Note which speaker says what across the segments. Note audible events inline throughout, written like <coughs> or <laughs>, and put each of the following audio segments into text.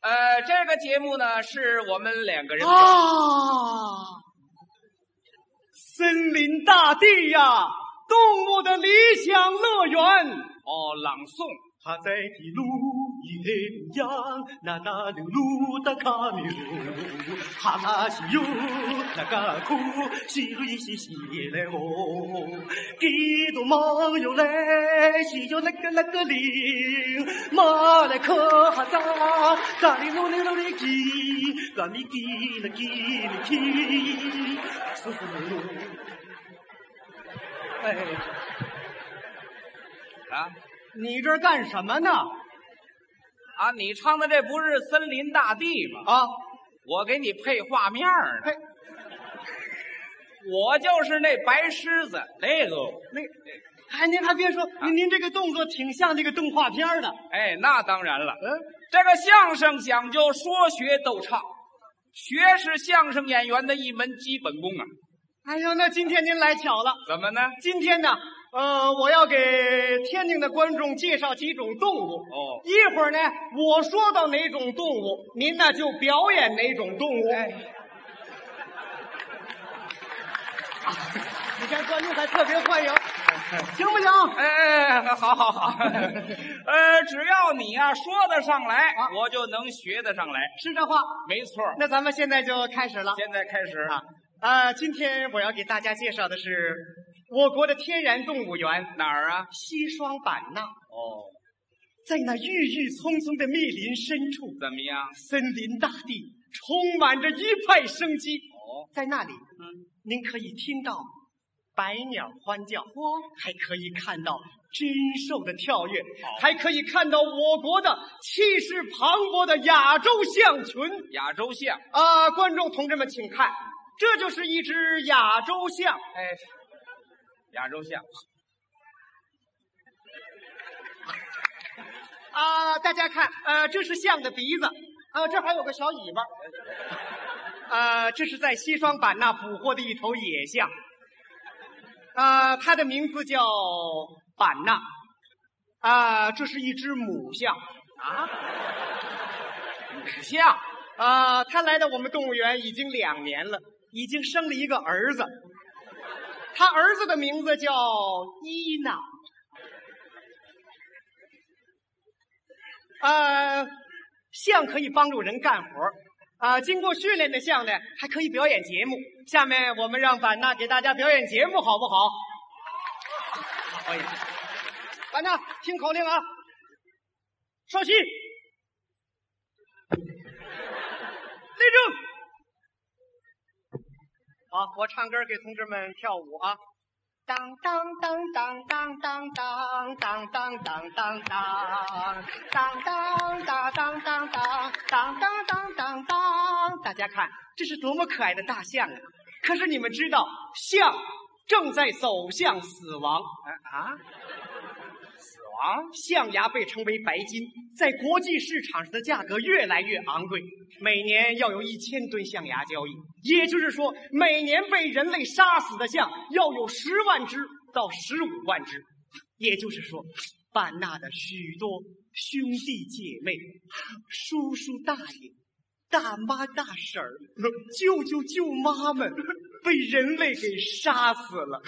Speaker 1: 呃，这个节目呢是我们两个人的
Speaker 2: 哦啊，森林大地呀、动物的理想乐园。
Speaker 1: 哦朗诵，
Speaker 2: 他在的路一黑一样，那那的路的卡米路，哈那西哟那个苦，西路一西西来哦，几多忙哟来，西哟那个那个哩，马来可哈扎，咖哩路哩路哩基，咖米基那基哩基，舒服哟，哎。
Speaker 1: 啊
Speaker 2: 你这儿干什么呢？
Speaker 1: 啊，你唱的这不是森林大地吗？
Speaker 2: 啊，
Speaker 1: 我给你配画面儿呢
Speaker 2: 嘿。
Speaker 1: 我就是那白狮子，那个，
Speaker 2: 那个，哎，您还别说，
Speaker 1: 啊
Speaker 2: 您您这个动作挺像那个动画片儿的。
Speaker 1: 哎，那当然了。
Speaker 2: 嗯，
Speaker 1: 这个相声讲究说学逗唱，学是相声演员的一门基本功啊。
Speaker 2: 哎呦，那今天您来巧了，
Speaker 1: 怎么呢？
Speaker 2: 今天呢，呃，我要给天津的观众介绍几种动物。
Speaker 1: 哦
Speaker 2: 一会儿呢，我说到哪种动物，您呢就表演哪种动物。
Speaker 1: 哎，
Speaker 2: <laughs> 你看观众还特别
Speaker 1: <laughs>
Speaker 2: 欢迎，行不行？
Speaker 1: 哎，好好好，呃，只要你啊说得上来，
Speaker 2: 啊
Speaker 1: 我就能学得上来。
Speaker 2: 是这话。
Speaker 1: 没错儿，
Speaker 2: 那咱们现在就开始了。
Speaker 1: 现在开始
Speaker 2: 啊，呃，今天我要给大家介绍的是我国的天然动物园
Speaker 1: 哪儿啊？
Speaker 2: 西双版纳，
Speaker 1: 哦，
Speaker 2: 在那郁郁葱葱的密林深处，
Speaker 1: 怎么样？
Speaker 2: 森林大地充满着一派生机。
Speaker 1: 哦，
Speaker 2: 在那里，
Speaker 1: 嗯，
Speaker 2: 您可以听到百鸟欢叫，还可以看到珍兽的跳跃
Speaker 1: 好，
Speaker 2: 还可以看到我国的气势磅礴的亚洲象群。
Speaker 1: 亚洲象。
Speaker 2: 啊、观众同志们，请看，这就是一只亚洲象。
Speaker 1: 哎，亚洲象。
Speaker 2: 啊、大家看，呃，这是象的鼻子，啊、这还有个小尾巴。呃，这是在西双版纳捕获的一头野象，啊、它的名字叫版纳，啊、这是一只母象，
Speaker 1: 母象。
Speaker 2: 啊、它来到我们动物园已经两年了，已经生了一个儿子，它儿子的名字叫伊娜。呃，象可以帮助人干活儿啊、经过训练的象呢，还可以表演节目。下面我们让版纳给大家表演节目，好不好？可以。版纳，听口令啊！稍息，立正。好，我唱歌给同志们跳舞啊！当当当当当当当当当当当当当当当当当当当当当当当，大家看，这是多么可爱的大象啊！可是你们知道，象正在走向死亡。
Speaker 1: 啊？死亡？
Speaker 2: 象牙被称为白金，在国际市场上的价格越来越昂贵，每年要有一千吨象牙交易，也就是说，每年被人类杀死的象要有十万只到十五万只，也就是说，版纳的许多兄弟姐妹、叔叔大爷、大妈大婶儿、舅舅舅妈们被人类给杀死了。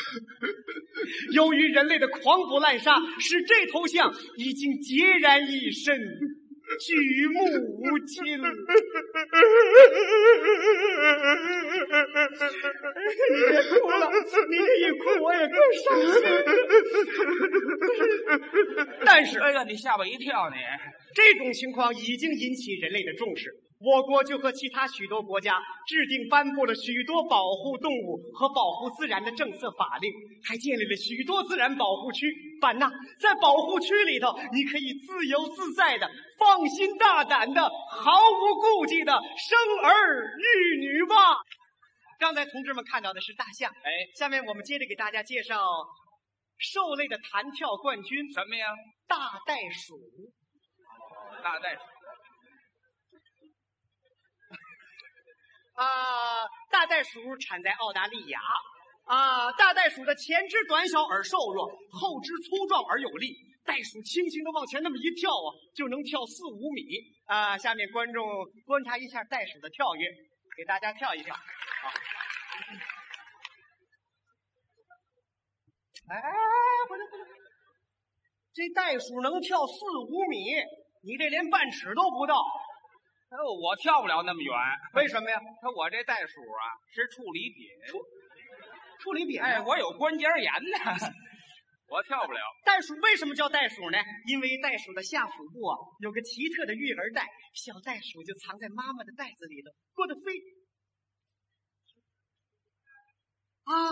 Speaker 2: 由于人类的狂捕滥杀，使这头象已经孑然一身，举目无亲了。 <laughs> 你别哭了，你这一哭我也更伤心。但是
Speaker 1: 哎呀，你吓我一跳你！哎
Speaker 2: 这种情况已经引起人类的重视，我国就和其他许多国家制定颁布了许多保护动物和保护自然的政策法令，还建立了许多自然保护区。版纳在保护区里头，你可以自由自在的、放心大胆的、毫无顾忌的生儿育女吧。刚才同志们看到的是大象，
Speaker 1: 哎，
Speaker 2: 下面我们接着给大家介绍兽类的弹跳冠军
Speaker 1: 什么呀？
Speaker 2: 大袋鼠。
Speaker 1: 大袋鼠。
Speaker 2: 啊、大袋鼠产在澳大利亚，啊，大袋鼠的前肢短小而瘦弱，后肢粗壮而有力。袋鼠轻轻的往前那么一跳啊，就能跳四五米啊！下面观众观察一下袋鼠的跳跃，给大家跳一啊跳。好哎，回来回来！这袋鼠能跳四五米，你这连半尺都不到，
Speaker 1: 哎我跳不了那么远，
Speaker 2: 为什么呀？
Speaker 1: 那哎我这袋鼠啊是处理品。
Speaker 2: 处理比呢
Speaker 1: 哎，我有关节炎呢， <laughs> 我跳不了。
Speaker 2: 袋鼠为什么叫袋鼠呢？因为袋鼠的下腹部啊有个奇特的育儿袋，小袋鼠就藏在妈妈的袋子里头，过得飞。啊，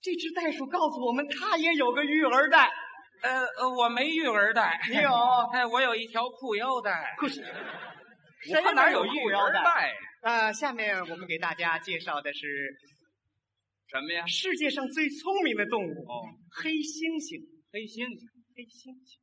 Speaker 2: 这只袋鼠告诉我们，它也有个育儿袋。
Speaker 1: 呃呃，我没育儿袋，<laughs>
Speaker 2: 你有？
Speaker 1: 哎，我有一条裤腰带。
Speaker 2: 可是，
Speaker 1: 我看哪有
Speaker 2: 育
Speaker 1: 育
Speaker 2: 儿
Speaker 1: 儿
Speaker 2: 袋？
Speaker 1: 带？啊
Speaker 2: 呃，下面我们给大家介绍的是
Speaker 1: 什么呀？
Speaker 2: 世界上最聪明的动物
Speaker 1: 哦，
Speaker 2: ——黑猩猩。
Speaker 1: 黑猩猩。
Speaker 2: 黑猩猩。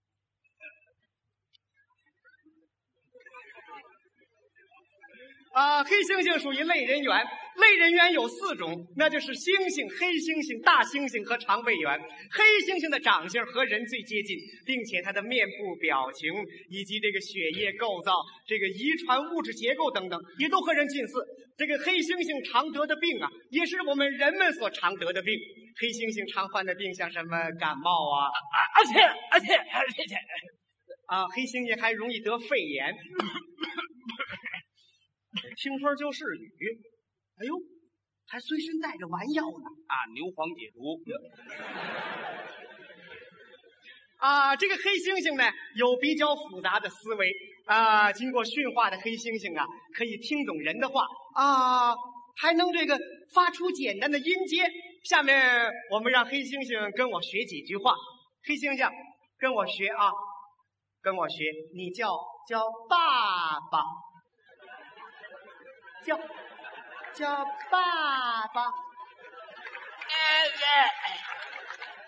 Speaker 2: 啊，黑猩猩属于类人猿，类人猿有四种，那就是猩猩、黑猩猩、大猩猩和长背猿。黑猩猩的长相和人最接近，并且它的面部表情以及这个血液构造、这个遗传物质结构等等，也都和人近似。这个黑猩猩常得的病啊，也是我们人们所常得的病。黑猩猩常患的病像什么感冒啊、
Speaker 1: 啊啊切啊切啊切切！
Speaker 2: 啊，黑猩猩还容易得肺炎。 <coughs> 听说救世语，哎呦，还随身带着丸药呢。
Speaker 1: 啊，牛黄解毒。
Speaker 2: 啊，这个黑猩猩呢，有比较复杂的思维啊，经过驯化的黑猩猩啊，可以听懂人的话啊，还能这个发出简单的音阶。下面我们让黑猩猩跟我学几句话，黑猩猩跟我学啊，跟我学，你叫叫爸爸，叫叫爸爸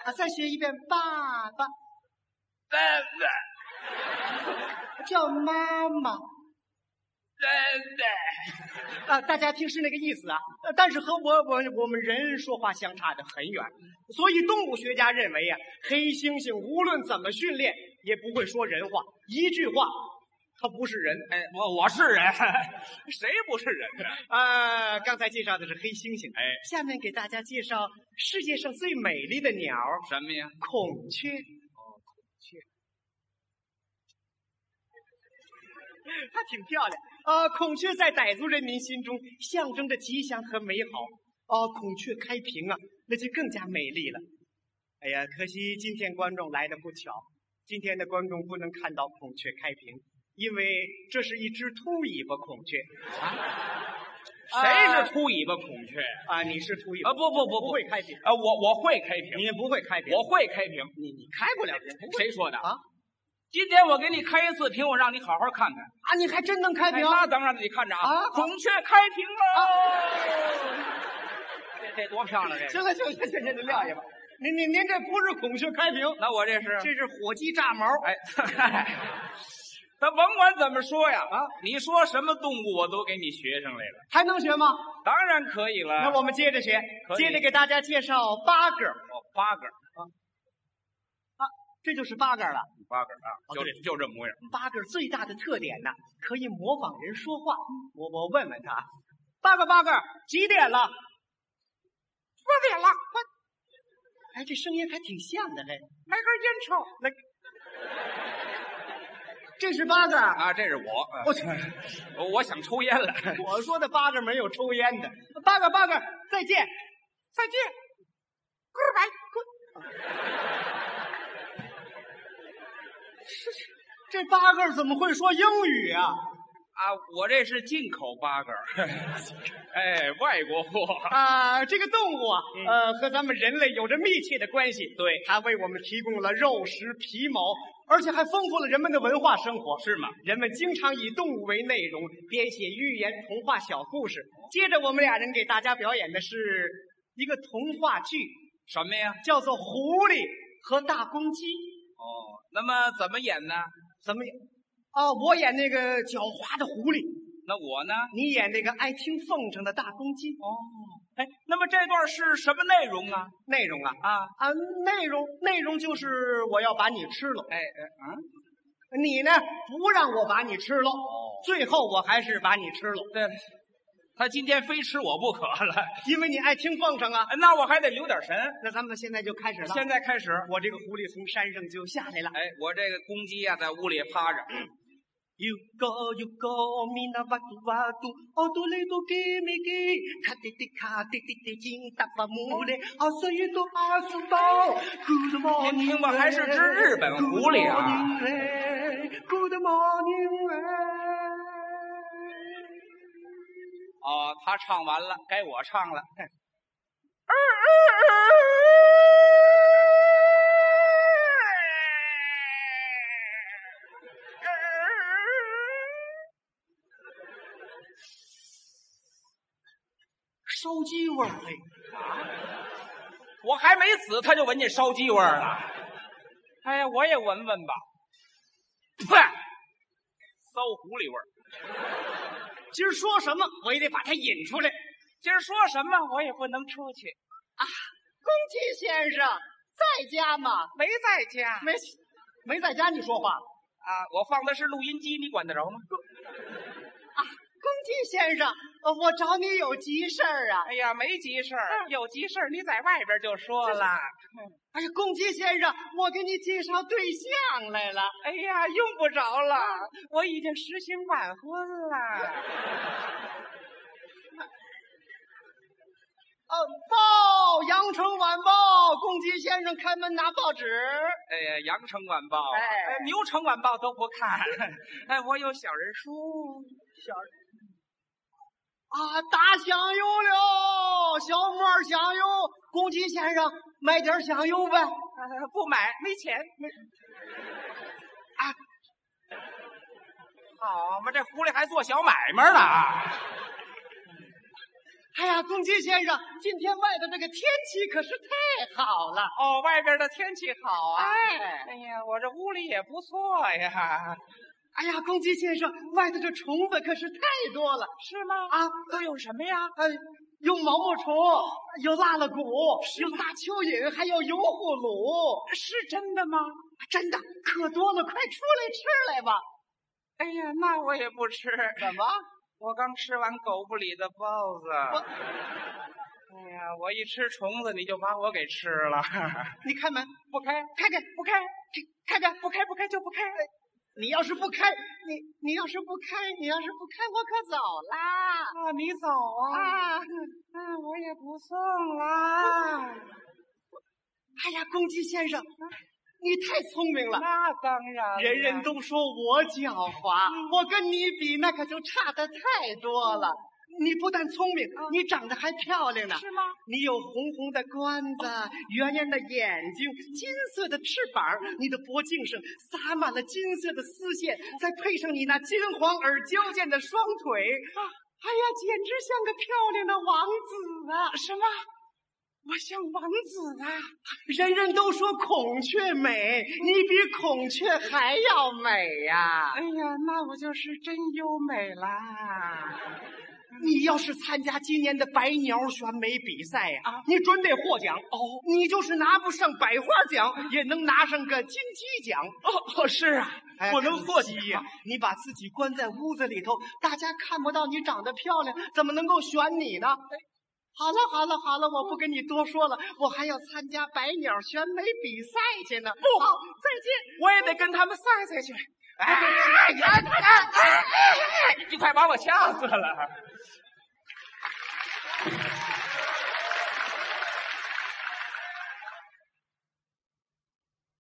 Speaker 2: 啊，再学一遍爸爸。
Speaker 1: 爸爸
Speaker 2: 叫妈妈
Speaker 1: 爸爸，
Speaker 2: 啊，大家听是那个意思啊，呃但是和我我我们人说话相差的很远，所以动物学家认为呀、啊黑猩猩无论怎么训练也不会说人话，一句话，它不是人。
Speaker 1: 哎，我我是人， <laughs> 谁不是人啊呢？
Speaker 2: 呃，刚才介绍的是黑猩猩，
Speaker 1: 哎，
Speaker 2: 下面给大家介绍世界上最美丽的鸟
Speaker 1: 什么呀？
Speaker 2: ——孔雀。哦，孔雀， <laughs> 它挺漂亮。呃，孔雀在傣族人民心中象征着吉祥和美好。哦，孔雀开屏啊，那就更加美丽了。哎呀，可惜今天观众来的不巧，今天的观众不能看到孔雀开屏，因为这是一只秃尾巴孔雀
Speaker 1: 谁是秃尾巴孔雀？
Speaker 2: 啊！你是秃尾巴
Speaker 1: 啊，不不不
Speaker 2: 不会开屏，
Speaker 1: 啊，我我会开屏，
Speaker 2: 你不会开屏，
Speaker 1: 我会开屏。
Speaker 2: 你你开不了屏，不会
Speaker 1: 谁说的？
Speaker 2: 啊
Speaker 1: 今天我给你开一次屏，我让你好好看看。
Speaker 2: 啊！你还真能开屏
Speaker 1: 哎那当然得看着啊！
Speaker 2: 啊
Speaker 1: 孔雀开屏喽！这这多漂亮！啊这
Speaker 2: 行
Speaker 1: 个，
Speaker 2: 了行了行了行了，您撂下吧。您您您这不是孔雀开屏，
Speaker 1: 那我这是
Speaker 2: 这是火鸡炸毛。
Speaker 1: 哎， <laughs> 嗨咱甭管怎么说呀啊，你说什么动物我都给你学上来了，
Speaker 2: 还能学吗？
Speaker 1: 当然可以了。
Speaker 2: 那我们接着学，
Speaker 1: 可以
Speaker 2: 接着给大家介绍八个，啊
Speaker 1: 我八个儿，
Speaker 2: 这就是八个了。
Speaker 1: 八个儿啊，就这就这模样。
Speaker 2: 八个最大的特点呢，可以模仿人说话。我我问问他，啊八个八个几点了？八点了，快！哎，这声音还挺像的，这来根烟抽，来。这是八个啊，
Speaker 1: 啊，这是我，啊
Speaker 2: 我去。
Speaker 1: 我我想抽烟了。啊
Speaker 2: 我说的八个没有抽烟的，八个八个，再见，再见，哥儿拜，这八个怎么会说英语啊？
Speaker 1: 啊，我这是进口八个儿， <laughs> 哎，外国货。
Speaker 2: 啊，这个动物啊，呃，和咱们人类有着密切的关系。
Speaker 1: 嗯对
Speaker 2: 它为我们提供了肉食、皮毛，而且还丰富了人们的文化生活。
Speaker 1: 是吗？
Speaker 2: 人们经常以动物为内容编写寓言、童话、小故事。接着，我们俩人给大家表演的是一个童话剧，
Speaker 1: 什么呀？
Speaker 2: 叫做《狐狸和大公鸡》。
Speaker 1: 哦，那么怎么演呢？
Speaker 2: 怎么演？哦，我演那个狡猾的狐狸，
Speaker 1: 那我呢？
Speaker 2: 你演那个爱听奉承的大公鸡。
Speaker 1: 哦，哎，那么这段是什么内容啊？
Speaker 2: 内容啊
Speaker 1: 啊，
Speaker 2: 啊，内容内容就是我要把你吃了，
Speaker 1: 哎哎啊，
Speaker 2: 你呢不让我把你吃了，
Speaker 1: 哦
Speaker 2: 最后我还是把你吃了，
Speaker 1: 对了，他今天非吃我不可了，
Speaker 2: 因为你爱听放声啊。
Speaker 1: 哎那我还得留点神。
Speaker 2: 那咱们现在就开始了。
Speaker 1: 现在开始，
Speaker 2: 我这个狐狸从山上就下来了。
Speaker 1: 哎，我这个公鸡呀、在屋里趴着，
Speaker 2: You go, you go, mina watu watu, odule do kimi ki, katiti katiti ti jin tapa mule, aso yu do aso bao. Good morning,
Speaker 1: 您听吧还是只日本狐狸啊
Speaker 2: Good morning, Ray.
Speaker 1: 哦，他唱完了，该我唱了。
Speaker 2: 哎烧鸡味儿嘞，
Speaker 1: 我还没死，他就闻见烧鸡味儿了。哎呀，我也闻闻吧。呸，骚狐狸味儿。
Speaker 2: 今儿说什么我也得把它引出来。
Speaker 1: 今儿说什么我也不能出去，
Speaker 2: 公鸡先生在家吗？
Speaker 1: 没在家
Speaker 2: 没没在家，你说话。
Speaker 1: 啊。我放的是录音机，你管得着吗？
Speaker 2: 公鸡先生，呃我找你有急事儿啊！
Speaker 1: 哎呀，没急事儿，有急事儿你在外边就说了。
Speaker 2: 哎呀，公鸡先生，我给你介绍对象来了。
Speaker 1: 哎呀，用不着了，我已经实行晚婚了。
Speaker 2: 呃，报《羊城晚报》，公鸡先生开门拿报纸。
Speaker 1: 哎呀，羊城晚报、
Speaker 2: 哎
Speaker 1: 呃牛城晚报都不看。 <laughs> 哎，我有小人书。
Speaker 2: 小啊，打响油了，小木儿响油。公鸡先生，买点响油呗。
Speaker 1: 呃，不买，没钱。没啊，好嘛，这狐狸还做小买卖了啊！
Speaker 2: 哎呀，公鸡先生，今天外头这个天气可是太好了。
Speaker 1: 哦，外边的天气好啊。
Speaker 2: 哎，
Speaker 1: 哎呀，我这屋里也不错呀，
Speaker 2: 哎呀，公鸡先生，外头这虫子可是太多了。
Speaker 1: 是吗？
Speaker 2: 啊
Speaker 1: 都有什么呀？
Speaker 2: 哎，有毛毛虫，有辣了骨，有大蚯蚓，还有油葫芦，
Speaker 1: 是真的吗？
Speaker 2: 真的可多了，快出来吃来吧！
Speaker 1: 哎呀，那我也不吃，
Speaker 2: 怎么？
Speaker 1: 我刚吃完狗不理的包子。
Speaker 2: 我
Speaker 1: 哎呀，我一吃虫子，你就把我给吃了。
Speaker 2: 你开门，
Speaker 1: 不开，
Speaker 2: 开开，
Speaker 1: 不开，看看，不开，不开就不开。
Speaker 2: 你要是不开，你你要是不开，你要是不开，我可走啦！
Speaker 1: 啊，你走啊！
Speaker 2: 啊，
Speaker 1: 啊，我也不送啦。
Speaker 2: 哎呀，公鸡先生，你太聪明了。
Speaker 1: 那当然了，
Speaker 2: 人人都说我狡猾，我跟你比那可就差的太多了。你不但聪明，你长得还漂亮呢。
Speaker 1: 是吗？
Speaker 2: 你有红红的冠子，圆圆的眼睛，金色的翅膀，你的脖颈上撒满了金色的丝线，再配上你那金黄而矫健的双腿，哎呀，简直像个漂亮的王子啊！什么？我像王子啊！人人都说孔雀美，你比孔雀还要美呀、
Speaker 1: 哎呀，那我就是真优美啦！
Speaker 2: 你要是参加今年的白鸟选美比赛呀、
Speaker 1: 啊
Speaker 2: 你准得获奖哦。你就是拿不上百花奖，也能拿上个金鸡奖。
Speaker 1: 哦，是啊，
Speaker 2: 哎
Speaker 1: 我能获奖
Speaker 2: 呀！你把自己关在屋子里头，大家看不到你长得漂亮，怎么能够选你呢？好了好了好了，我不跟你多说了，我还要参加百鸟选美比赛去呢。不好，再
Speaker 1: 我也得跟他们赛赛去。
Speaker 2: 见。哎哎哎哎
Speaker 1: 你快把我吓死了！